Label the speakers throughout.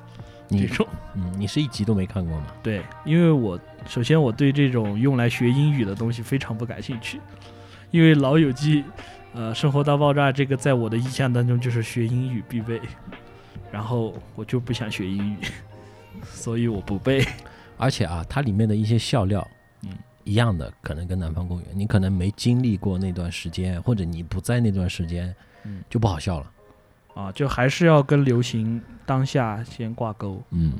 Speaker 1: 这
Speaker 2: 你
Speaker 1: 种。
Speaker 2: 嗯，你是一集都没看过吗？
Speaker 1: 对，因为我首先我对这种用来学英语的东西非常不感兴趣，因为《老友记》呃，《生活大爆炸》这个在我的印象当中就是学英语必备，然后我就不想学英语， 所以我不背。
Speaker 2: 而且啊，它里面的一些笑料，
Speaker 1: 嗯，
Speaker 2: 一样的，可能跟南方公园，你可能没经历过那段时间，或者你不在那段时间，
Speaker 1: 嗯
Speaker 2: 就不好笑了。
Speaker 1: 啊，就还是要跟流行当下先挂钩。
Speaker 2: 嗯，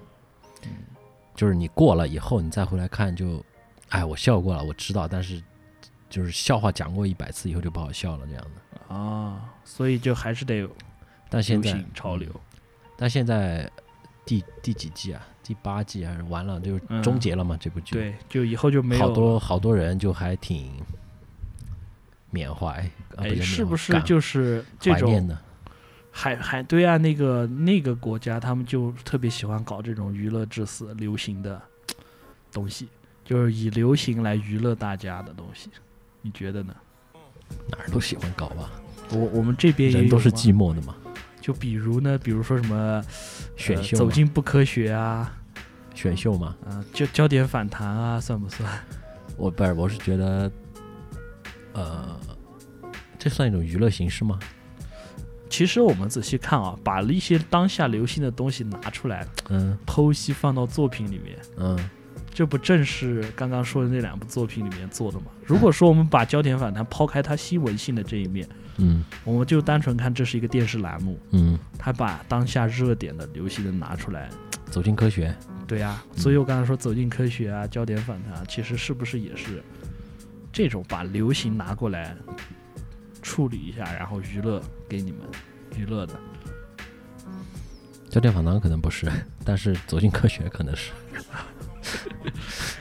Speaker 2: 就是你过了以后，你再回来看，就，哎，我笑过了，我知道，但是就是笑话讲过一百次以后就不好笑了这样的。
Speaker 1: 啊，所以就还是得流
Speaker 2: 但现在嗯
Speaker 1: 行潮流。
Speaker 2: 但现在第第几季啊？第八季还是完了，就是
Speaker 1: 嗯
Speaker 2: 终结了嘛？这部剧，
Speaker 1: 对，就以后就没有
Speaker 2: 好多好多人就还挺缅怀，啊、
Speaker 1: 哎，
Speaker 2: 叫
Speaker 1: 是
Speaker 2: 缅
Speaker 1: 不
Speaker 2: 怀
Speaker 1: 是
Speaker 2: 感
Speaker 1: 就是这
Speaker 2: 怀
Speaker 1: 种
Speaker 2: 念的？
Speaker 1: 海海对岸那个那个国家，他们就特别喜欢搞这种娱乐至死、流行的东西，就是以流行来娱乐大家的东西。你觉得呢？
Speaker 2: 哪儿都喜欢搞吧，
Speaker 1: 我我们这边也
Speaker 2: 人都
Speaker 1: 有
Speaker 2: 是
Speaker 1: 吗
Speaker 2: 寂寞的嘛。
Speaker 1: 就比如呢，比如说什么
Speaker 2: 选
Speaker 1: 呃
Speaker 2: 秀
Speaker 1: 走
Speaker 2: 嘛，
Speaker 1: 进不科学啊，
Speaker 2: 选秀嘛，
Speaker 1: 啊，焦焦点反弹啊，算不算？
Speaker 2: 我不是，我是觉得，呃，这算一种娱乐形式吗？
Speaker 1: 其实我们仔细看啊，把一些当下流行的东西拿出来
Speaker 2: 嗯
Speaker 1: 剖析放到作品里面，
Speaker 2: 嗯，
Speaker 1: 这不正是刚刚说的那两部作品里面做的吗？如果说我们把焦点反弹抛开它新闻性的这一面，
Speaker 2: 嗯
Speaker 1: 我们就单纯看这是一个电视栏目，
Speaker 2: 嗯，
Speaker 1: 它把当下热点的流行的拿出来，
Speaker 2: 走进科学，
Speaker 1: 对呀、所以我刚才说走进科学啊，焦点反弹啊，其实是不是也是这种把流行拿过来处理一下，然后娱乐给你们娱乐的？
Speaker 2: 焦点访谈可能不是， 但是走进科学可能是。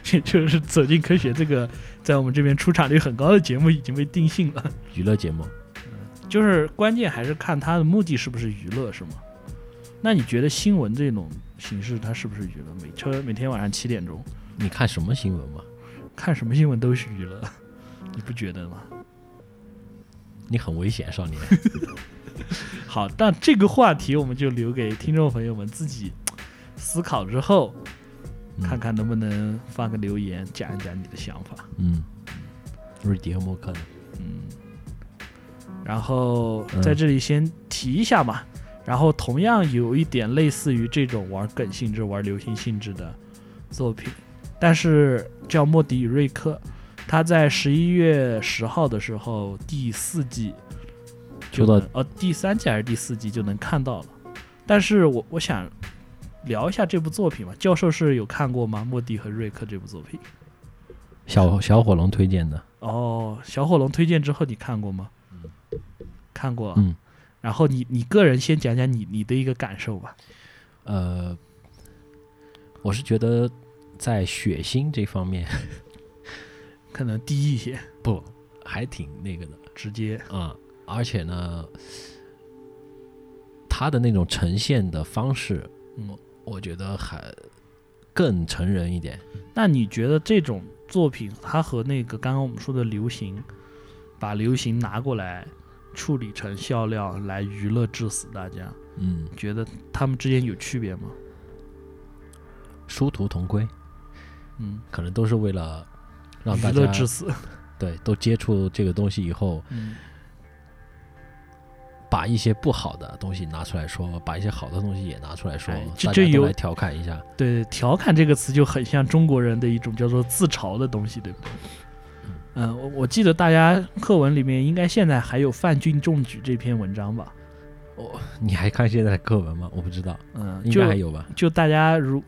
Speaker 1: 这就是走进科学这个在我们这边出场率很高的节目已经被定性了。
Speaker 2: 娱乐节目，
Speaker 1: 就是关键还是看它的目的是不是娱乐，是吗？那你觉得新闻这种形式它是不是娱乐？每车每天晚上七点钟
Speaker 2: 你看什么新闻嘛？
Speaker 1: 看什么新闻都是娱乐， 你不觉得吗？
Speaker 2: 你很危险，少 年。
Speaker 1: 好，但这个话题我们就留给听众朋友们自己思考之后，
Speaker 2: 嗯
Speaker 1: 看看能不能发个留言讲一讲你的想法。
Speaker 2: 嗯，瑞迪和默克的，
Speaker 1: 嗯，然后
Speaker 2: 嗯
Speaker 1: 在这里先提一下嘛。然后同样有一点类似于这种玩梗性质、玩流行性质的作品，但是叫《莫迪与瑞克》，他在十一月十号的时候第四季就
Speaker 2: 说到
Speaker 1: 能呃第三季还是第四季就能看到了。但是我我想聊一下这部作品嘛，教授是有看过吗？《莫迪和瑞克》这部作品？
Speaker 2: 小小火龙推荐的，
Speaker 1: 哦，小火龙推荐之后你看过吗？看过。啊
Speaker 2: 嗯。
Speaker 1: 然后你你个人先讲讲你你的一个感受吧。
Speaker 2: 呃，我是觉得在血腥这方面
Speaker 1: 可能低一些，
Speaker 2: 不还挺那个的
Speaker 1: 直接
Speaker 2: 啊、而且呢，他的那种呈现的方式，
Speaker 1: 嗯。
Speaker 2: 我觉得还更成人一点。
Speaker 1: 那你觉得这种作品，它和那个刚刚我们说的流行，把流行拿过来处理成笑料来娱乐致死大家，
Speaker 2: 嗯，
Speaker 1: 你觉得他们之间有区别吗？
Speaker 2: 殊途同归，
Speaker 1: 嗯，
Speaker 2: 可能都是为了让
Speaker 1: 娱
Speaker 2: 大
Speaker 1: 乐
Speaker 2: 家
Speaker 1: 致死。
Speaker 2: 对都接触这个东西以后，
Speaker 1: 嗯
Speaker 2: 把一些不好的东西拿出来说，把一些好的东西也拿出来说，
Speaker 1: 哎这
Speaker 2: 大
Speaker 1: 这
Speaker 2: 家都
Speaker 1: 有
Speaker 2: 来调侃一下。
Speaker 1: 对，调侃这个词就很像中国人的一种叫做自嘲的东西，对吧？嗯，我我记得大家课文里面应该现在还有范进中举这篇文章吧？
Speaker 2: 你还看现在的课文吗？我不知道，
Speaker 1: 嗯，
Speaker 2: 应
Speaker 1: 就
Speaker 2: 该还有吧。
Speaker 1: 就大家如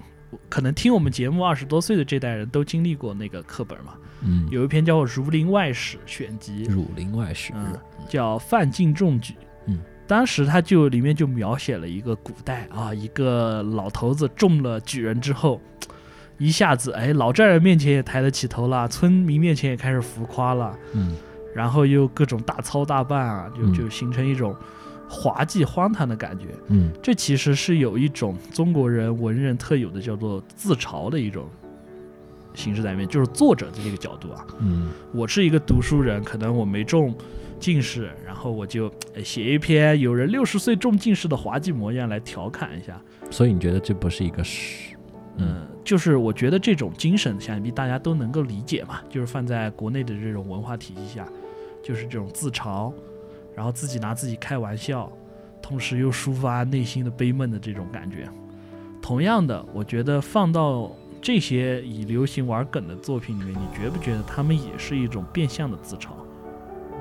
Speaker 1: 可能听我们节目二十多岁的这代人都经历过那个课本嘛，
Speaker 2: 嗯，
Speaker 1: 有一篇叫《儒林外史选集》，
Speaker 2: 《儒林外史》
Speaker 1: 嗯，叫范进中举。
Speaker 2: 嗯，
Speaker 1: 当时他就里面就描写了一个古代啊，一个老头子中了举人之后，一下子哎，老丈人面前也抬得起头了，村民面前也开始浮夸了，
Speaker 2: 嗯
Speaker 1: 然后又各种大操大办啊，就
Speaker 2: 嗯
Speaker 1: 就形成一种滑稽荒唐的感觉。
Speaker 2: 嗯
Speaker 1: 这其实是有一种中国人文人特有的叫做自嘲的一种形式在里面，就是作者的这个角度啊，
Speaker 2: 嗯
Speaker 1: 我是一个读书人，可能我没中近视，然后我就哎写一篇有人六十岁中近视的滑稽模样来调侃一下。
Speaker 2: 所以你觉得这不是一个事？
Speaker 1: 嗯，就是我觉得这种精神，想必大家都能够理解嘛。就是放在国内的这种文化体系下，就是这种自嘲，然后自己拿自己开玩笑，同时又抒发内心的悲闷的这种感觉。同样的，我觉得放到这些以流行玩梗的作品里面，你觉不觉得他们也是一种变相的自嘲？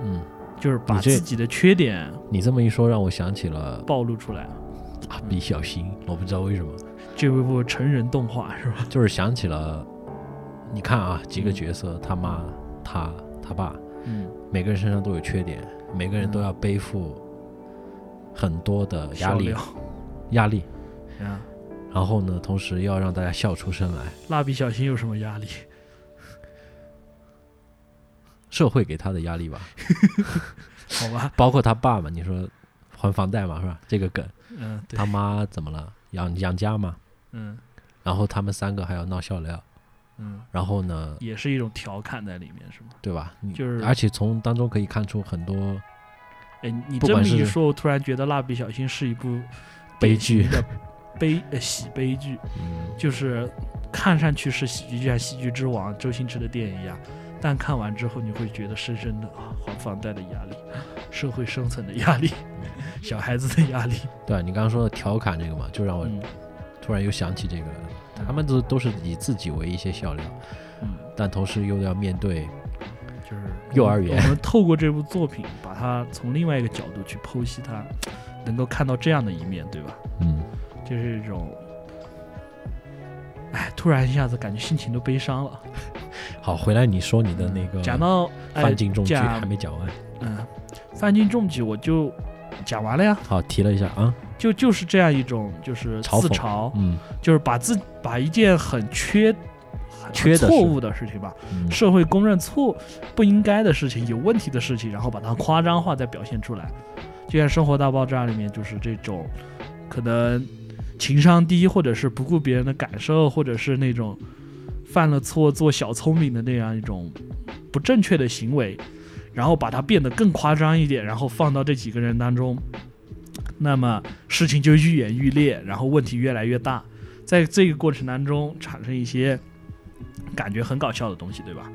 Speaker 2: 嗯，
Speaker 1: 就是把
Speaker 2: 你这
Speaker 1: 自己的缺点
Speaker 2: 你这么一说，让我想起了
Speaker 1: 暴露出来。
Speaker 2: 蜡笔小新，我不知道为什么，
Speaker 1: 这部成人动画是吧？
Speaker 2: 就是想起了，你看啊，几个
Speaker 1: 嗯
Speaker 2: 角色，他妈、他、他爸，
Speaker 1: 嗯，
Speaker 2: 每个人身上都有缺点，每个人都
Speaker 1: 嗯
Speaker 2: 要背负很多的压力
Speaker 1: 笑，
Speaker 2: 压力。
Speaker 1: 料啊，
Speaker 2: 然后呢，同时要让大家笑出声来，
Speaker 1: 蜡笔小新有什么压力？
Speaker 2: 社会给他的压力吧，
Speaker 1: 好吧，
Speaker 2: 包括他爸嘛，你说还房贷嘛，是吧？这个梗，
Speaker 1: 嗯，对
Speaker 2: 他，妈怎么了？养养家嘛，
Speaker 1: 嗯
Speaker 2: 然后他们三个还要闹笑料，
Speaker 1: 嗯，
Speaker 2: 然后呢，
Speaker 1: 也是一种调侃在里面，是吗？
Speaker 2: 对吧？你
Speaker 1: 就是
Speaker 2: 而且从当中可以看出很多
Speaker 1: 哎，你
Speaker 2: 不
Speaker 1: 这么
Speaker 2: 管是
Speaker 1: 一说，我突然觉得《蜡笔小新》是一部
Speaker 2: 悲剧
Speaker 1: 典型的悲呃喜悲剧，
Speaker 2: 嗯
Speaker 1: 就是看上去是喜剧，就像《喜剧之王》周星驰的电影一样，但看完之后你会觉得深深的啊还房贷的压力，社会生存的压力， 小孩子的压力，
Speaker 2: 对啊，你刚刚说的调侃这个嘛，就让我
Speaker 1: 嗯
Speaker 2: 突然又想起这个，他们都都是以自己为一些笑料，
Speaker 1: 嗯，
Speaker 2: 但同时又要面对，
Speaker 1: 就是
Speaker 2: 幼儿园
Speaker 1: 我们透过这部作品，把它从另外一个角度去剖析它，能够看到这样的一面，对吧？
Speaker 2: 嗯，
Speaker 1: 就是一种，哎，突然一下子感觉心情都悲伤了。
Speaker 2: 好，回来你说你的那个
Speaker 1: 讲到哎
Speaker 2: 范，进中举
Speaker 1: 讲
Speaker 2: 还没讲完，
Speaker 1: 嗯，范进中举我就讲完了呀，
Speaker 2: 好提了一下啊，
Speaker 1: 就就是这样一种就是
Speaker 2: 嘲讽
Speaker 1: 自嘲，
Speaker 2: 嗯，
Speaker 1: 就是把自把一件很缺。很
Speaker 2: 缺的事
Speaker 1: 错误的事情吧，
Speaker 2: 嗯
Speaker 1: 社会公认错不应该的事情、有问题的事情，然后把它夸张化再表现出来，就像《生活大爆炸》里面就是这种，可能情商低，或者是不顾别人的感受，或者是那种犯了错做小聪明的那样一种不正确的行为，然后把它变得更夸张一点，然后放到这几个人当中，那么事情就愈演愈烈，然后问题越来越大，在这个过程当中产生一些感觉很搞笑的东西，对吧？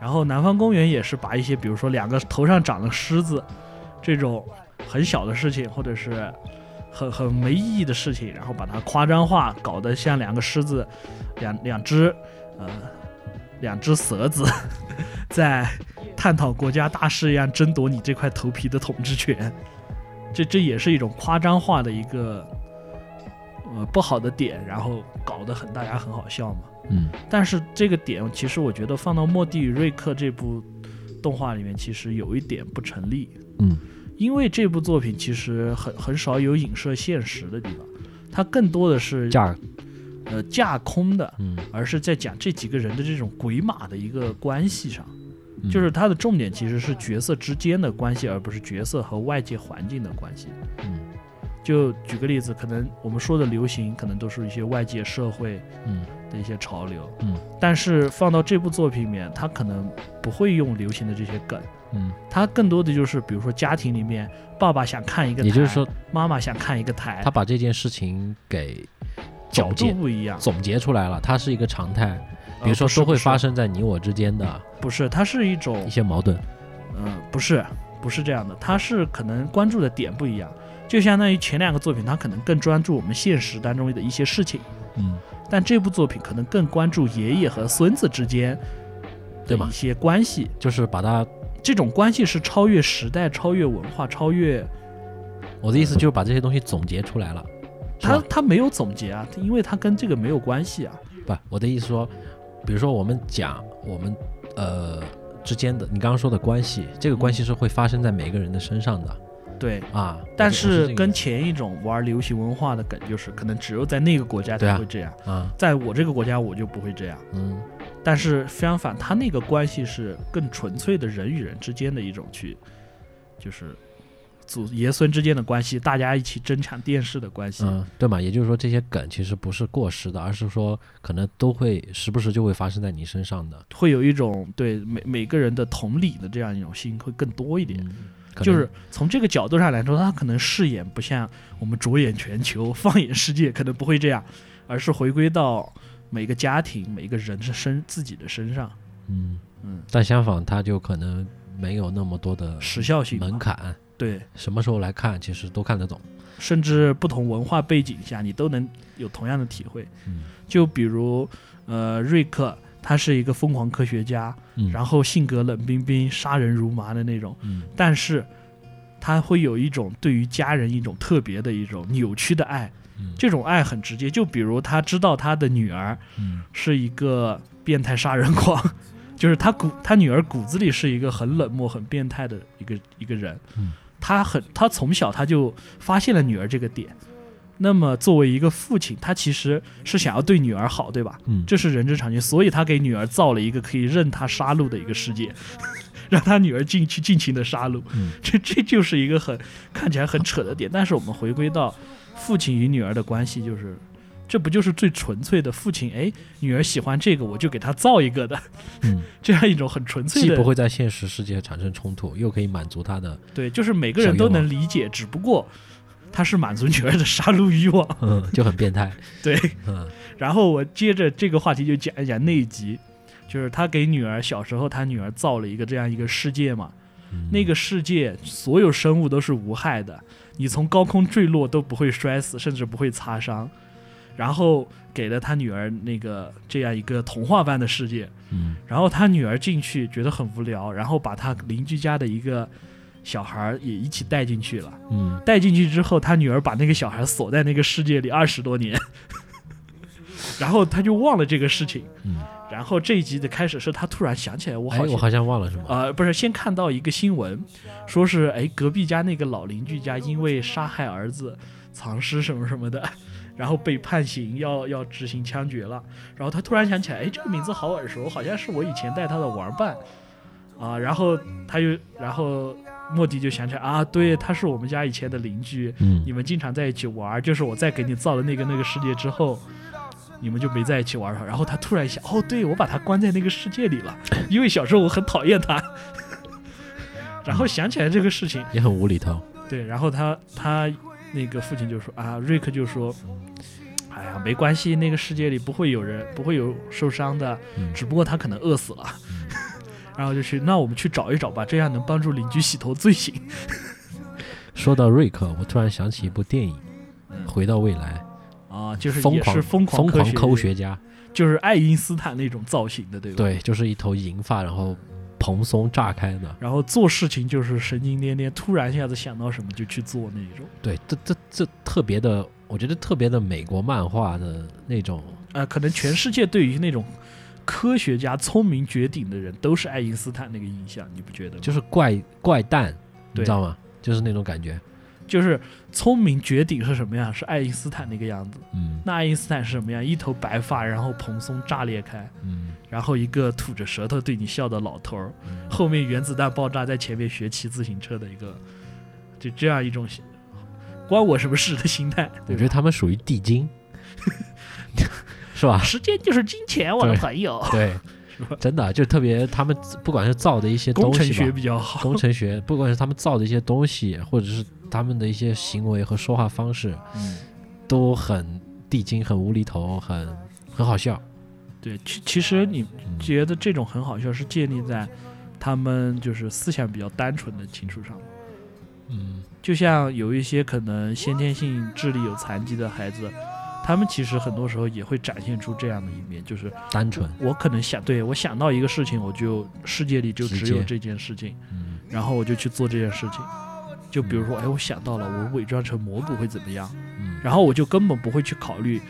Speaker 1: 然后南方公园也是把一些，比如说两个头上长了虱子这种很小的事情，或者是很很没意义的事情，然后把它夸张化，搞得像两个狮子，两两只呃两只蛇子 在探讨国家大事一样争夺你这块头皮的统治权，这这也是一种夸张化的一个呃不好的点，然后搞得很大家很好笑嘛。
Speaker 2: 嗯
Speaker 1: 但是这个点，其实我觉得放到《莫蒂与瑞克》这部动画里面，其实有一点不成立，
Speaker 2: 嗯
Speaker 1: 因为这部作品其实很很少有影射现实的地方，它更多的是
Speaker 2: 架
Speaker 1: 呃架空的，
Speaker 2: 嗯
Speaker 1: 而是在讲这几个人的这种鬼马的一个关系上，
Speaker 2: 嗯
Speaker 1: 就是它的重点其实是角色之间的关系，而不是角色和外界环境的关系。
Speaker 2: 嗯
Speaker 1: 就举个例子，可能我们说的流行，可能都是一些外界社会
Speaker 2: 嗯
Speaker 1: 的一些潮流，
Speaker 2: 嗯，
Speaker 1: 但是放到这部作品里面，它可能不会用流行的这些梗，
Speaker 2: 嗯，
Speaker 1: 它更多的就是比如说家庭里面，爸爸想看一个台，哎
Speaker 2: 也就是说，
Speaker 1: 妈妈想看一个台，
Speaker 2: 他把这件事情给
Speaker 1: 角
Speaker 2: 总
Speaker 1: 度
Speaker 2: 结
Speaker 1: 不一样，
Speaker 2: 总结出来了，它是一个常态，
Speaker 1: 呃
Speaker 2: 比如说
Speaker 1: 不是
Speaker 2: 都会
Speaker 1: 不是
Speaker 2: 发生在你我之间的
Speaker 1: 不是，它是一种
Speaker 2: 一些矛盾。
Speaker 1: 嗯，不是，不是这样的，他是可能关注的点不一样，就相当于前两个作品，他可能更专注我们现实当中的一些事情，
Speaker 2: 嗯，
Speaker 1: 但这部作品可能更关注爷爷和孙子之间的
Speaker 2: 嗯对吧
Speaker 1: 一些关系，
Speaker 2: 就是把它，
Speaker 1: 这种关系是超越时代、超越文化、超越
Speaker 2: 我的意
Speaker 1: 嗯
Speaker 2: 思就是把这些东西总结出来了。是
Speaker 1: 他
Speaker 2: 吧
Speaker 1: 他没有总结啊，因为他跟这个没有关系啊，
Speaker 2: 不，我的意思说，比如说我们讲我们呃之间的，你刚刚说的关系，这个
Speaker 1: 嗯
Speaker 2: 关系是会发生在每个人的身上的
Speaker 1: 对。
Speaker 2: 啊。我
Speaker 1: 但
Speaker 2: 我是
Speaker 1: 是
Speaker 2: 这个
Speaker 1: 跟
Speaker 2: 意思
Speaker 1: 前一种玩流行文化的梗，就是可能只有在那个国家
Speaker 2: 对
Speaker 1: 才
Speaker 2: 啊
Speaker 1: 会这样，
Speaker 2: 啊，
Speaker 1: 在我这个国家我就不会这样。
Speaker 2: 嗯
Speaker 1: 但是相反，他那个关系是更纯粹的人与人之间的一种去，就是祖爷孙之间的关系，大家一起争抢电视的关系。
Speaker 2: 嗯，对嘛？也就是说，这些梗其实不是过时的，而是说可能都会时不时就会发生在你身上的。
Speaker 1: 会有一种对每每个人的同理的这样一种心会更多一点。
Speaker 2: 嗯可能
Speaker 1: 就是从这个角度上来说，他可能饰演不像我们着眼全球、 放眼世界，可能不会这样，而是回归到每个家庭、每个人的身自己的身上，
Speaker 2: 嗯
Speaker 1: 嗯，
Speaker 2: 但相反，它就可能没有那么多的
Speaker 1: 时效性嘛
Speaker 2: 门槛，
Speaker 1: 对，
Speaker 2: 什么时候来看其实都看得懂。
Speaker 1: 甚至不同文化背景下，你都能有同样的体会。
Speaker 2: 嗯
Speaker 1: 就比如，呃，瑞克他是一个疯狂科学家，
Speaker 2: 嗯，
Speaker 1: 然
Speaker 2: 后
Speaker 1: 后性格冷冰冰、杀人如麻的那种，
Speaker 2: 嗯
Speaker 1: 但是他会有一种对于家人一种特别的一种扭曲的爱，
Speaker 2: 嗯
Speaker 1: 这种爱很直接。就比如他知道他的女儿
Speaker 2: 嗯
Speaker 1: 是一个变态杀人狂， 就是他骨他女儿骨子里是一个很冷漠、很变态的一个一个人
Speaker 2: 嗯。
Speaker 1: 他很他从小他就发现了女儿这个点。那么作为一个父亲，他其实是想要对女儿好，对吧？
Speaker 2: 嗯，
Speaker 1: 这是人之常情，所以他给女儿造了一个可以任他杀戮的一个世界， 让他女儿尽去尽情的杀戮。
Speaker 2: 嗯
Speaker 1: 这这就是一个很看起来很扯的点，但是我们回归到父亲与女儿的关系，就是这不就是最纯粹的父亲？哎，女儿喜欢这个，我就给她造一个的，
Speaker 2: 嗯
Speaker 1: 这样一种很纯粹
Speaker 2: 既不
Speaker 1: 的。
Speaker 2: 会在现实世界产生冲突，又可以满足他 的
Speaker 1: 对，就是每个人都能理解，只不过他是满足女儿的杀戮欲望。
Speaker 2: 嗯，就很变态。
Speaker 1: 对，
Speaker 2: 嗯
Speaker 1: 然后我接着这个话题就讲一讲那一集，就是他给女儿小时候，他女儿造了一个这样一个世界嘛。
Speaker 2: 嗯
Speaker 1: 那个世界所有生物都是无害的，你从高空坠落都不会摔死，甚至不会擦伤。然后给了他女儿那个这样一个童话般的世界，
Speaker 2: 嗯
Speaker 1: 然后他女儿进去觉得很无聊，然后把他邻居家的一个小孩儿也一起带进去了。
Speaker 2: 嗯，
Speaker 1: 带进去之后，他女儿把那个小孩锁在那个世界里二十多年， 然后他就忘了这个事情。
Speaker 2: 嗯
Speaker 1: 然后这一集的开始是他突然想起来，我
Speaker 2: 哎，
Speaker 1: 好
Speaker 2: 我
Speaker 1: 像
Speaker 2: 好像忘了什么。
Speaker 1: 呃，不是，先看到一个新闻，说是哎，隔壁家那个老邻居家因为杀害儿子、藏尸什么什么的，然后被判刑，要要执行枪决了。然后他突然想起来，哎，这个名字好耳熟，好像是我以前带他的玩伴啊。然后他又，然后莫迪就想起来啊，对，他是我们家以前的邻居，
Speaker 2: 嗯
Speaker 1: 你们经常在一起玩，就是我在给你造了那个那个世界之后。你们就没在一起玩了。然后他突然想，哦，对，我把他关在那个世界里了， 因为小时候我很讨厌他。 然后想起来这个事情，
Speaker 2: 也很无厘头。
Speaker 1: 对，然后他他那个父亲就说啊，瑞克就说，哎呀，没关系，那个世界里不会有人，不会有受伤的，
Speaker 2: 嗯
Speaker 1: 只不过他可能饿死了。 然后就去，那我们去找一找吧，这样能帮助邻居洗头罪行。
Speaker 2: 说到瑞克，我突然想起一部电影
Speaker 1: 嗯
Speaker 2: 《回到未来
Speaker 1: 啊，就是》，
Speaker 2: 疯
Speaker 1: 也
Speaker 2: 狂
Speaker 1: 是疯
Speaker 2: 狂
Speaker 1: 科
Speaker 2: 科学家，
Speaker 1: 就是爱因斯坦那种造型的，对吧？
Speaker 2: 对，就是一头银发，然后蓬松炸开的。
Speaker 1: 然后做事情就是神经颠颠，突然一下子想到什么就去做那种。
Speaker 2: 对，这这这特别的，我觉得特别的美国漫画的那种，
Speaker 1: 呃，可能全世界对于那种科学家、聪明绝顶的人，都是爱因斯坦那个印象，你不觉得吗？
Speaker 2: 就是怪怪诞，你
Speaker 1: 对
Speaker 2: 知道吗？就是那种感觉。
Speaker 1: 就是聪明绝顶是什么样？是爱因斯坦那个样子。
Speaker 2: 嗯
Speaker 1: 那爱因斯坦是什么样？一头白发，然后蓬松炸裂开，
Speaker 2: 嗯
Speaker 1: 然后一个吐着舌头对你笑的老头儿，后面原子弹爆炸在前面学骑自行车的一个，就这样一种关我什么事的心态。
Speaker 2: 我
Speaker 1: 对
Speaker 2: 觉得
Speaker 1: 吧？
Speaker 2: 他们属于地精， 是 吧？
Speaker 1: 时间就是金钱，我的
Speaker 2: 啊对
Speaker 1: 朋友。
Speaker 2: 对，真的就特别，他们不管是造的一些
Speaker 1: 工
Speaker 2: 东
Speaker 1: 程
Speaker 2: 西吧
Speaker 1: 学，比较好。
Speaker 2: 工程学，不管是他们造的一些东西，或者是他们的一些行为和说话方式，
Speaker 1: 嗯，
Speaker 2: 都很地精、很无厘头、很很好笑。
Speaker 1: 对，其其实你
Speaker 2: 嗯
Speaker 1: 觉得这种很好笑，是建立在他们就是思想比较单纯的基础上。
Speaker 2: 嗯
Speaker 1: 就像有一些可能先天性智力有残疾的孩子，他们其实很多时候也会展现出这样的一面，就是
Speaker 2: 单纯。
Speaker 1: 我可能想，对我想到一个事情，我就世界里就
Speaker 2: 直
Speaker 1: 只有
Speaker 2: 接
Speaker 1: 这件事情，
Speaker 2: 嗯
Speaker 1: 然后我就去做这件事情。就比如说，哎，我想到了，我伪装成蘑菇会怎么样？
Speaker 2: 嗯
Speaker 1: 然后我就根本不会去考虑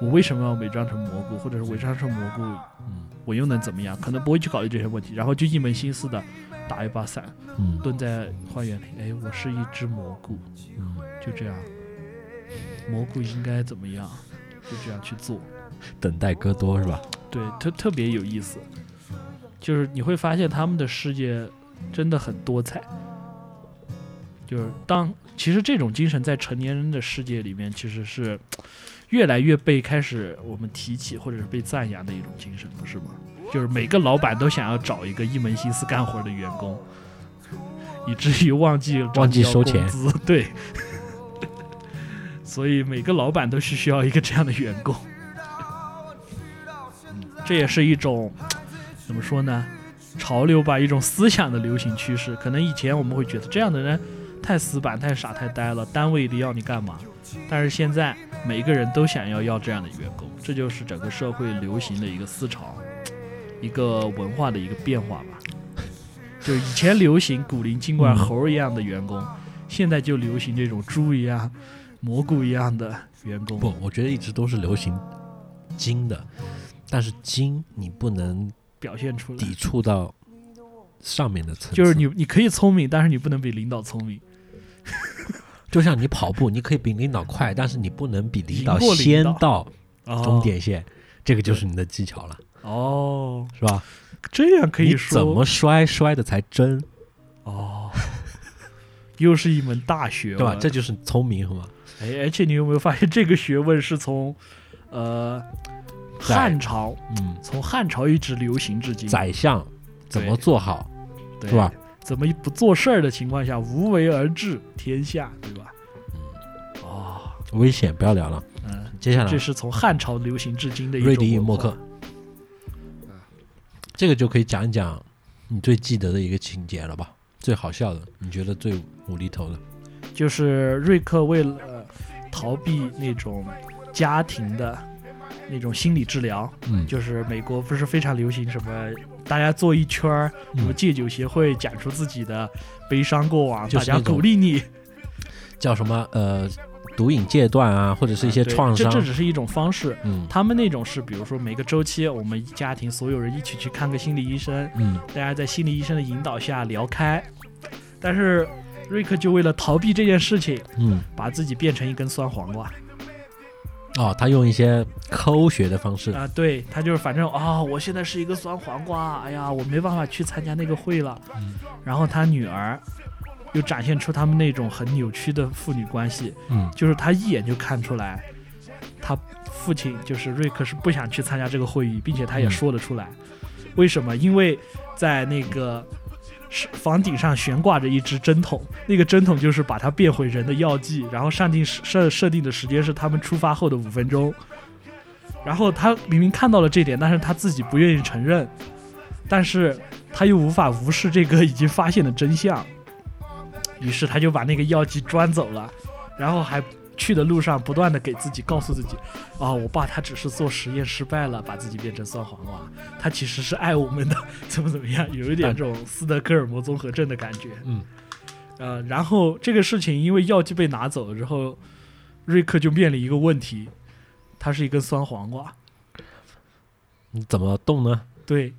Speaker 1: 我为什么要伪装成蘑菇，或者是伪装成蘑菇
Speaker 2: 嗯
Speaker 1: 我又能怎么样？可能不会去考虑这些问题，然后就一门心思的打一把伞，
Speaker 2: 嗯
Speaker 1: 蹲在花园里。哎，我是一只蘑菇，
Speaker 2: 嗯，
Speaker 1: 就这样。蘑菇应该怎么样？就这样去做，
Speaker 2: 等待戈多是吧？
Speaker 1: 对，特特别有意思。就是你会发现他们的世界真的很多彩，就是当其实这种精神在成年人的世界里面其实是越来越被开始我们提起或者是被赞扬的一种精神，不是吗？就是每个老板都想要找一个一门心思干活的员工，以至于忘记
Speaker 2: 忘记收钱
Speaker 1: 找你要工资，对。 所以每个老板都是需要一个这样的员工，这也是一种怎么说呢？潮流吧，一种思想的流行趋势。可能以前我们会觉得这样的人太死板、太傻、太呆了，单位里要你干嘛？但是现在每个人都想要要这样的员工，这就是整个社会流行的一个思潮，一个文化的一个变化吧。就是以前流行古灵精怪、
Speaker 2: 嗯
Speaker 1: 猴儿一样的员工，现在就流行这种猪一样、蘑菇一样的员工。
Speaker 2: 不，我觉得一直都是流行精的，但是精你不能
Speaker 1: 表现出来，
Speaker 2: 抵触到上面的层次。
Speaker 1: 就是你你可以聪明，但是你不能比领导聪明。
Speaker 2: 就像你跑步，你可以比领导快，但是你不能比领导
Speaker 1: 赢过领
Speaker 2: 先
Speaker 1: 导
Speaker 2: 到
Speaker 1: 哦
Speaker 2: 终啊点线，这个就是你的技巧了，
Speaker 1: 哦，
Speaker 2: 是吧？
Speaker 1: 这样可以
Speaker 2: 你
Speaker 1: 说
Speaker 2: 怎么摔摔的才真，
Speaker 1: 哦，又是一门大学
Speaker 2: 对
Speaker 1: 问，
Speaker 2: 吧？这就是聪明，是吗？
Speaker 1: 哎，而且你有没有发现，这个学问是从呃
Speaker 2: 在
Speaker 1: 汉朝，
Speaker 2: 嗯，
Speaker 1: 从汉朝一直流行至今，
Speaker 2: 宰相怎么
Speaker 1: 对
Speaker 2: 做好，
Speaker 1: 对
Speaker 2: 是吧？？
Speaker 1: 怎么不做事儿的情况下，无为而治天下，对吧？哦，
Speaker 2: 危险不要聊了。
Speaker 1: 嗯，
Speaker 2: 接下来
Speaker 1: 这，是从汉朝流行至今的一
Speaker 2: 瑞迪与
Speaker 1: 种
Speaker 2: 默
Speaker 1: 文
Speaker 2: 克
Speaker 1: 化。，
Speaker 2: 这个就可以讲一讲你最记得的一个情节了吧？最好笑的，你觉得最无厘头的？
Speaker 1: 就是瑞克为了呃逃避那种家庭的那种心理治疗，
Speaker 2: 嗯
Speaker 1: 就是美国不是非常流行什么，大家坐一圈儿，什么戒酒协会讲出自己的悲伤过往，
Speaker 2: 就
Speaker 1: 大
Speaker 2: 是
Speaker 1: 家
Speaker 2: 那种
Speaker 1: 鼓励你，
Speaker 2: 叫什么？呃，毒瘾戒断啊，或者是一些
Speaker 1: 对
Speaker 2: 创伤
Speaker 1: 这。这只是一种方式。
Speaker 2: 嗯
Speaker 1: 他们那种是，比如说每个周期，我们家庭所有人一起去看个心理医生，
Speaker 2: 嗯，
Speaker 1: 大家在心理医生的引导下聊开。但是瑞克就为了逃避这件事情，
Speaker 2: 嗯，
Speaker 1: 把自己变成一根酸黄瓜。
Speaker 2: 哦，他用一些科学的方式，
Speaker 1: 啊、对他就是反正啊、我现在是一个酸黄瓜，哎呀，我没办法去参加那个会了。
Speaker 2: 嗯
Speaker 1: 然后他女儿又展现出他们那种很扭曲的父女关系，
Speaker 2: 嗯，
Speaker 1: 就是他一眼就看出来，他父亲就是瑞克是不想去参加这个会议，并且他也
Speaker 2: 嗯
Speaker 1: 说得出来，为什么？因为在那个。是房顶上悬挂着一只针筒，那个针筒就是把他变回人的药剂，然后上定时设设定的时间是他们出发后的五分钟。然后他明明看到了这点，但是他自己不愿意承认，但是他又无法无视这个已经发现的真相，于是他就把那个药剂装走了，然后还去的路上不断的给自己告诉自己，啊、我爸他只是做实验失败了，把自己变成酸黄瓜，他其实是爱我们的，怎么怎么样，有一点这种斯德哥尔摩综合症的感觉。
Speaker 2: 嗯，
Speaker 1: 呃，然后这个事情因为药剂被拿走了之后，瑞克就面临一个问题，他是一根酸黄瓜。
Speaker 2: 你嗯怎么动呢？
Speaker 1: 对，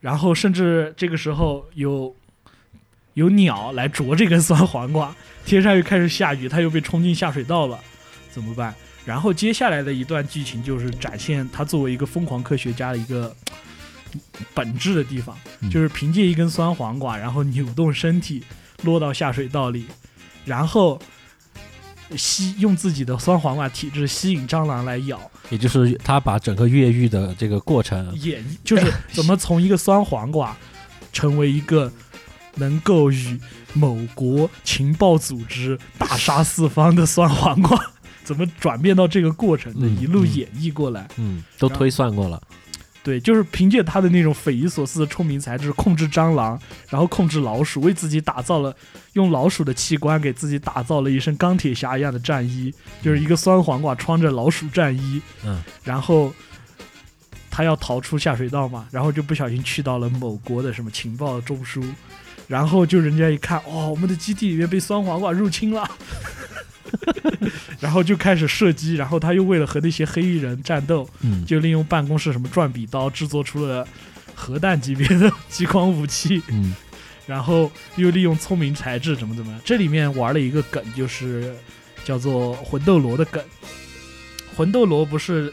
Speaker 1: 然后甚至这个时候有有鸟来啄这根酸黄瓜，天上又开始下雨，它又被冲进下水道了，怎么办？然后接下来的一段剧情就是展现他作为一个疯狂科学家的一个本质的地方，
Speaker 2: 嗯
Speaker 1: 就是凭借一根酸黄瓜，然后扭动身体落到下水道里，然后吸用自己的酸黄瓜体质吸引蟑螂来咬，
Speaker 2: 也就是他把整个越狱的这个过程，
Speaker 1: 演绎，就是怎么从一个酸黄瓜成为一个能够与某国情报组织大杀四方的酸黄瓜， 怎么转变到这个过程的，
Speaker 2: 嗯
Speaker 1: 一路
Speaker 2: 嗯
Speaker 1: 演绎过来。
Speaker 2: 嗯，都推算过了，
Speaker 1: 对，就是凭借他的那种匪夷所思的聪明才智，控制蟑螂，然后控制老鼠，为自己打造了用老鼠的器官给自己打造了一身钢铁侠一样的战衣，就是一个酸黄瓜穿着老鼠战衣，
Speaker 2: 嗯，
Speaker 1: 然后他要逃出下水道嘛，然后就不小心去到了某国的什么情报中枢，然后就人家一看，哦，我们的基地里面被酸黄瓜入侵了。然后就开始射击，然后他又为了和那些黑衣人战斗，
Speaker 2: 嗯，
Speaker 1: 就利用办公室什么转笔刀制作出了核弹级别的 激光武器，
Speaker 2: 嗯，
Speaker 1: 然后又利用聪明才智怎么怎么样。这里面玩了一个梗，就是叫做魂斗罗的梗。魂斗罗不是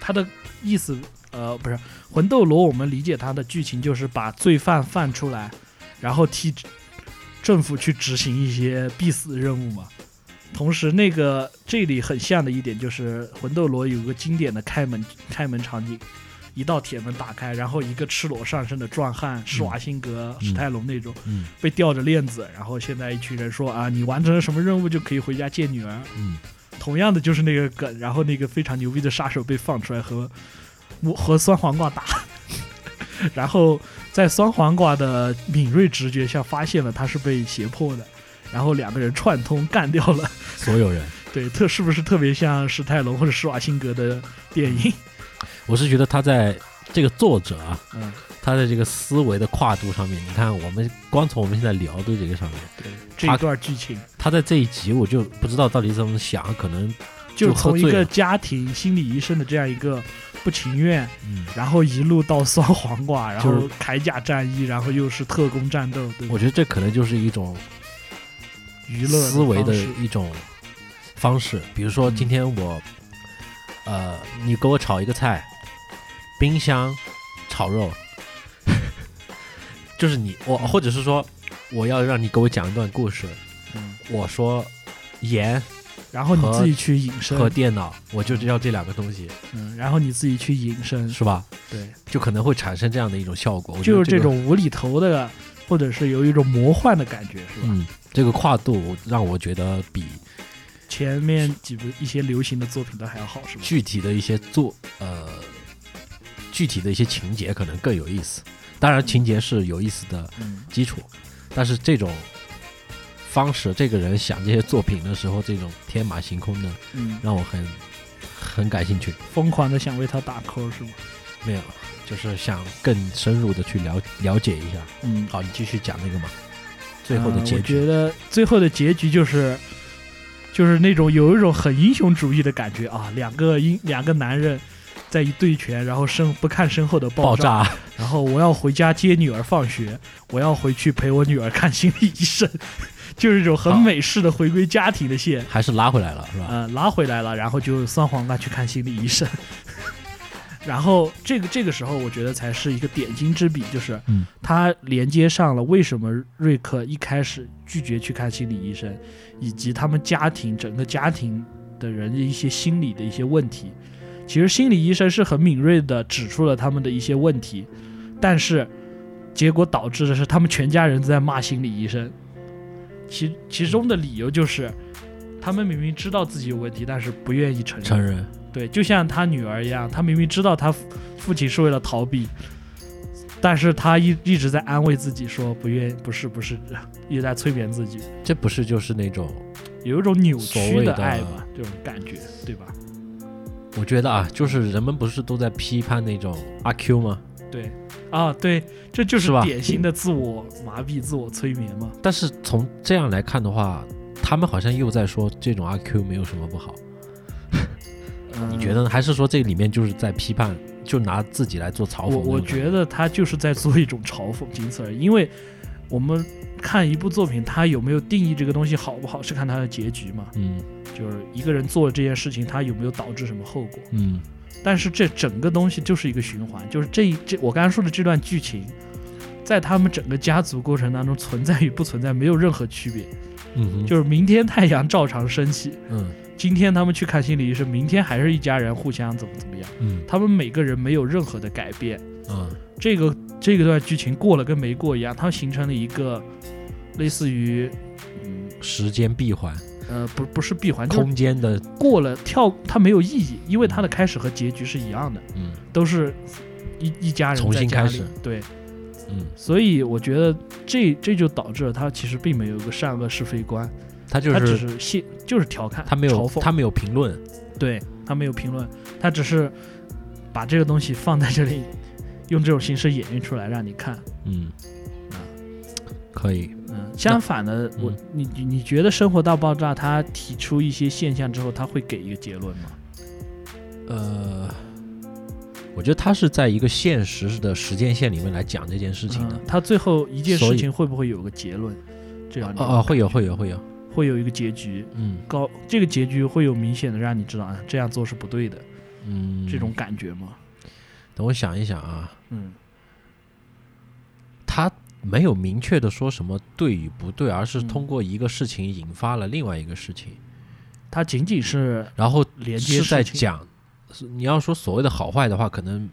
Speaker 1: 它的意思，呃，不是魂斗罗，我们理解它的剧情就是把罪犯放出来，然后替政府去执行一些必死任务嘛。同时，那个这里很像的一点就是《魂斗罗》有个经典的开门开门场景，一道铁门打开，然后一个赤裸上身的壮汉施瓦辛格、史泰龙那种
Speaker 2: 嗯
Speaker 1: 被吊着链子，然后现在一群人说啊，你完成了什么任务就可以回家见女儿。
Speaker 2: 嗯
Speaker 1: 同样的就是那个梗，然后那个非常牛逼的杀手被放出来和我和酸黄瓜打， 然后在酸黄瓜的敏锐直觉下发现了他是被胁迫的，然后两个人串通干掉了。
Speaker 2: 所有人，
Speaker 1: 对，特是不是特别像史泰龙或者施瓦辛格的电影？
Speaker 2: 我是觉得他在这个作者啊，
Speaker 1: 嗯，
Speaker 2: 他的这个思维的跨度上面，你看我们光从我们现在聊的这个上面，
Speaker 1: 对，这一段剧情
Speaker 2: 他在这一集我就不知道到底怎么想，可能
Speaker 1: 就
Speaker 2: 就喝
Speaker 1: 从一
Speaker 2: 醉
Speaker 1: 个
Speaker 2: 了
Speaker 1: 家庭心理医生的这样一个不情愿，
Speaker 2: 嗯，
Speaker 1: 然后一路到酸黄瓜，然后
Speaker 2: 就
Speaker 1: 铠甲战役，然后又是特工战斗，对
Speaker 2: 嗯
Speaker 1: 吧
Speaker 2: 我觉得这可能就是一种
Speaker 1: 娱乐
Speaker 2: 思维
Speaker 1: 方
Speaker 2: 的
Speaker 1: 式
Speaker 2: 一种方式。比如说
Speaker 1: 嗯
Speaker 2: 今天我，呃，你给我炒一个菜，冰箱炒肉， 就是你我，或者是说我要让你给我讲一段故事，
Speaker 1: 嗯
Speaker 2: 我说盐
Speaker 1: 然后你
Speaker 2: 和
Speaker 1: 自己去引
Speaker 2: 和
Speaker 1: 申，
Speaker 2: 电脑，我就要这两个东西，
Speaker 1: 嗯，然后你自己去引申，
Speaker 2: 是吧？
Speaker 1: 对，
Speaker 2: 就可能会产生这样的一种效果。我觉得
Speaker 1: 就是
Speaker 2: 这
Speaker 1: 这
Speaker 2: 个，
Speaker 1: 种无厘头的，或者是有一种魔幻的感觉，是吧？
Speaker 2: 嗯，这个跨度让我觉得比
Speaker 1: 前面几部一些流行的作品都还要好，是吧？
Speaker 2: 具体的一些作呃具体的一些情节可能更有意思。当然，情节是有意思的
Speaker 1: 嗯，
Speaker 2: 基础，但是这种方式，这个人想这些作品的时候，这种天马行空的，
Speaker 1: 嗯，
Speaker 2: 让我很很感兴趣。
Speaker 1: 疯狂的想为他打 call 是吗？
Speaker 2: 没有，就是想更深入的去了了解一下。
Speaker 1: 嗯，
Speaker 2: 好，你继续讲那个嘛，最后的
Speaker 1: 呃
Speaker 2: 结
Speaker 1: 我觉
Speaker 2: 局。
Speaker 1: 得最后的结局就是，就是那种有一种很英雄主义的感觉啊，两个英两个男人在一对拳，然后身不看身后的
Speaker 2: 爆
Speaker 1: 炸
Speaker 2: 炸，
Speaker 1: 然后我要回家接女儿放学，我要回去陪我女儿看心理医生， 就是一种很
Speaker 2: 好
Speaker 1: 美式的回归家庭的线。
Speaker 2: 还是拉回来了，是吧？
Speaker 1: 呃，拉回来了，然后就酸黄瓜去看心理医生。 然后这个这个时候，我觉得才是一个点睛之笔，就是
Speaker 2: 嗯
Speaker 1: 他连接上了为什么瑞克一开始拒绝去看心理医生，以及他们家庭整个家庭的人的一些心理的一些问题。其实心理医生是很敏锐的指出了他们的一些问题，但是结果导致的是他们全家人都在骂心理医生。其其中的理由就是，他们明明知道自己有问题，但是不愿意承认。
Speaker 2: 承认，
Speaker 1: 对，就像他女儿一样，他明明知道他父父亲是为了逃避，但是他一一直在安慰自己说不愿不是不是，一直在催眠自己，
Speaker 2: 这不是就是那种
Speaker 1: 有一种扭
Speaker 2: 所
Speaker 1: 曲
Speaker 2: 谓
Speaker 1: 的
Speaker 2: 的
Speaker 1: 爱吧，这种感觉，对吧？
Speaker 2: 我觉得啊，就是人们不是都在批判那种阿 Q 吗？
Speaker 1: 对，啊对，这就是
Speaker 2: 是吧
Speaker 1: 典型的自我麻痹、自我催眠嘛。
Speaker 2: 但是从这样来看的话，他们好像又在说这种阿 Q 没有什么不好，
Speaker 1: 呃
Speaker 2: 你觉得呢？还是说这里面就是在批判，就拿自己来做嘲讽那
Speaker 1: 我
Speaker 2: 种感？
Speaker 1: 我觉得他就是在做一种嘲讽，仅此而已。因为我们看一部作品，它有没有定义这个东西好不好，是看它的结局嘛。
Speaker 2: 嗯
Speaker 1: 就是一个人做了这件事情，他有没有导致什么后果。
Speaker 2: 嗯，
Speaker 1: 但是这整个东西就是一个循环，就是这一这我刚才说的这段剧情，在他们整个家族过程当中存在与不存在没有任何区别，
Speaker 2: 嗯哼，
Speaker 1: 就是明天太阳照常升起，
Speaker 2: 嗯
Speaker 1: 今天他们去看心理医生，明天还是一家人互相怎么怎么样，
Speaker 2: 嗯
Speaker 1: 他们每个人没有任何的改变。
Speaker 2: 嗯
Speaker 1: 这个这个段剧情过了跟没过一样，它形成了一个类似于，嗯
Speaker 2: 时间闭环，
Speaker 1: 呃，不不是闭环，就是
Speaker 2: 空间的，
Speaker 1: 过了跳，它没有意义，因为它的开始和结局是一样的，
Speaker 2: 嗯
Speaker 1: 都是一一家人
Speaker 2: 重
Speaker 1: 在
Speaker 2: 新
Speaker 1: 家
Speaker 2: 开
Speaker 1: 里
Speaker 2: 始
Speaker 1: 对，
Speaker 2: 嗯，
Speaker 1: 所以我觉得这这就导致了它其实并没有一个善恶是非观，
Speaker 2: 他就
Speaker 1: 它只
Speaker 2: 是
Speaker 1: 是现就是调侃，
Speaker 2: 他没有
Speaker 1: 嘲讽，
Speaker 2: 他没有评论，
Speaker 1: 对他没有评论，他只是把这个东西放在这里，用这种形式演绎出来让你看。
Speaker 2: 嗯
Speaker 1: 啊，
Speaker 2: 可以，
Speaker 1: 嗯，相反的，我你你你觉得《生活大爆炸》它提出一些现象之后，它会给一个结论吗？
Speaker 2: 呃，我觉得他是在一个现实的时间线里面来讲这件事情的
Speaker 1: 嗯。它最后一件
Speaker 2: 所
Speaker 1: 事
Speaker 2: 以
Speaker 1: 情会不会有个结论？这样你
Speaker 2: 哦哦，会有会有会有，
Speaker 1: 会有一个结局，
Speaker 2: 嗯
Speaker 1: 高这个结局会有明显的让你知道啊，这样做是不对的
Speaker 2: 嗯，
Speaker 1: 这种感觉吗？
Speaker 2: 嗯等我想一想啊，
Speaker 1: 嗯
Speaker 2: 他没有明确的说什么对与不对，而是
Speaker 1: 嗯
Speaker 2: 通过一个事情引发了另外一个事情，
Speaker 1: 它仅仅是
Speaker 2: 然后
Speaker 1: 连接
Speaker 2: 是在
Speaker 1: 事情，
Speaker 2: 讲，是你要说所谓的好坏的话，可能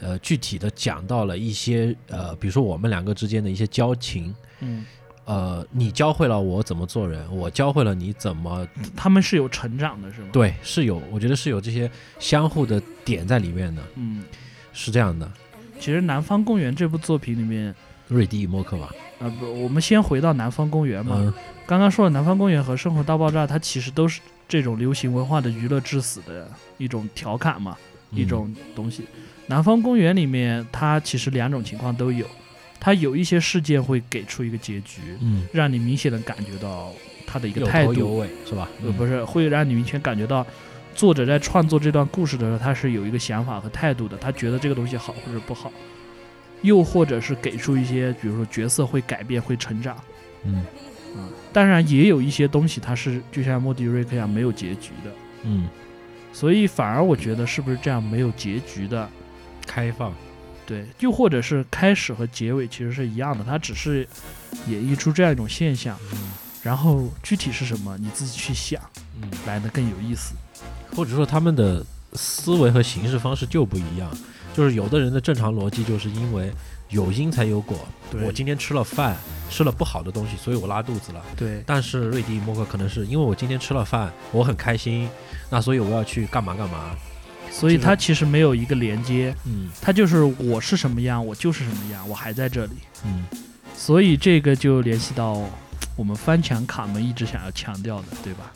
Speaker 2: 呃具体的讲到了一些呃，比如说我们两个之间的一些交情，
Speaker 1: 嗯，
Speaker 2: 呃，你教会了我怎么做人，我教会了你怎么
Speaker 1: 他们是有成长的，是吗？，
Speaker 2: 对，是有，我觉得是有这些相互的点在里面的，
Speaker 1: 嗯，
Speaker 2: 是这样的。
Speaker 1: 其实《南方公园》这部作品里面，
Speaker 2: 瑞迪与默克吧，
Speaker 1: 啊，不，我们先回到《南方公园》嘛。
Speaker 2: 嗯，
Speaker 1: 刚刚说了，《南方公园》和《生活大爆炸》，它其实都是这种流行文化的娱乐致死的一种调侃嘛，一
Speaker 2: 嗯
Speaker 1: 种东西。南方公园》里面，它其实两种情况都有，它有一些事件会给出一个结局，
Speaker 2: 嗯，
Speaker 1: 让你明显的感觉到它的一个
Speaker 2: 有
Speaker 1: 态
Speaker 2: 头
Speaker 1: 度，
Speaker 2: 有尾是吧？
Speaker 1: 呃，
Speaker 2: 嗯
Speaker 1: 不是，会让你明确感觉到作者在创作这段故事的时候，他是有一个想法和态度的，他觉得这个东西好或者不好，又或者是给出一些，比如说角色会改变、会成长。
Speaker 2: 嗯
Speaker 1: 当然，也有一些东西它是就像莫迪瑞克一样没有结局的，
Speaker 2: 嗯，
Speaker 1: 所以反而我觉得是不是这样没有结局的，
Speaker 2: 开放，
Speaker 1: 对，又或者是开始和结尾其实是一样的，它只是演绎出这样一种现象，
Speaker 2: 嗯
Speaker 1: 然后具体是什么你自己去想，
Speaker 2: 嗯，
Speaker 1: 来的更有意思。
Speaker 2: 或者说他们的思维和行事方式就不一样。就是有的人的正常逻辑就是因为有因才有果，
Speaker 1: 对
Speaker 2: 我今天吃了饭，吃了不好的东西，所以我拉肚子了。
Speaker 1: 对，
Speaker 2: 但是瑞迪默克可能是因为我今天吃了饭，我很开心，那所以我要去干嘛干嘛。
Speaker 1: 所以
Speaker 2: 就是
Speaker 1: 它其实没有一个连接，
Speaker 2: 嗯
Speaker 1: 它就是我是什么样，我就是什么样，我还在这里。
Speaker 2: 嗯，
Speaker 1: 所以这个就联系到我们翻墙卡门一直想要强调的，对吧？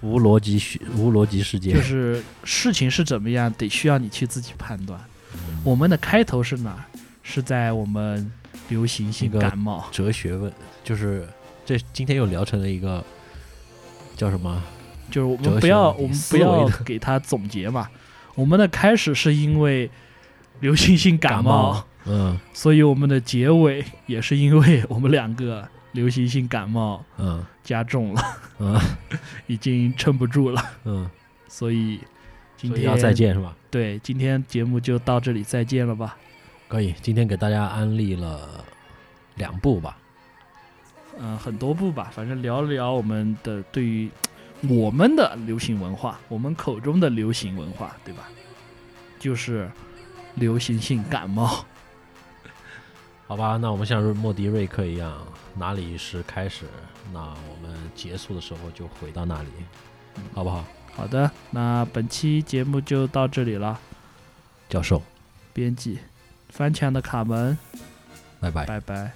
Speaker 2: 无逻辑学，无逻辑世界。
Speaker 1: 就是事情是怎么样，得需要你去自己判断。
Speaker 2: 嗯
Speaker 1: 我们的开头是哪儿？是在我们流行性
Speaker 2: 那个
Speaker 1: 感冒，
Speaker 2: 哲学问，就是这今天又聊成了一个叫什么？
Speaker 1: 就是我
Speaker 2: 哲
Speaker 1: 们
Speaker 2: 学
Speaker 1: 不要
Speaker 2: 问题
Speaker 1: 我们
Speaker 2: 思
Speaker 1: 不
Speaker 2: 维
Speaker 1: 要
Speaker 2: 的
Speaker 1: 给它总结嘛。我们的开始是因为流行性
Speaker 2: 感
Speaker 1: 感冒，
Speaker 2: 嗯
Speaker 1: 所以我们的结尾也是因为我们两个流行性感冒
Speaker 2: 嗯
Speaker 1: 加重了，
Speaker 2: 嗯
Speaker 1: 已经撑不住了，
Speaker 2: 嗯，
Speaker 1: 所以今
Speaker 2: 所以
Speaker 1: 天
Speaker 2: 要再。见是吧？
Speaker 1: 对，今天节目就到这里，再见了吧？
Speaker 2: 可以，今天给大家安利了两部吧。
Speaker 1: 嗯、很多部吧，反正聊聊我们的对于我们的流行文化，我们口中的流行文化，对吧？就是流行性感冒。
Speaker 2: 好吧，那我们像莫迪瑞克一样，哪里是开始，那我们结束的时候就回到那里，好不好？
Speaker 1: 好的，那本期节目就到这里了。
Speaker 2: 教授，
Speaker 1: 编辑，翻墙的卡门，
Speaker 2: 拜拜。
Speaker 1: 拜拜。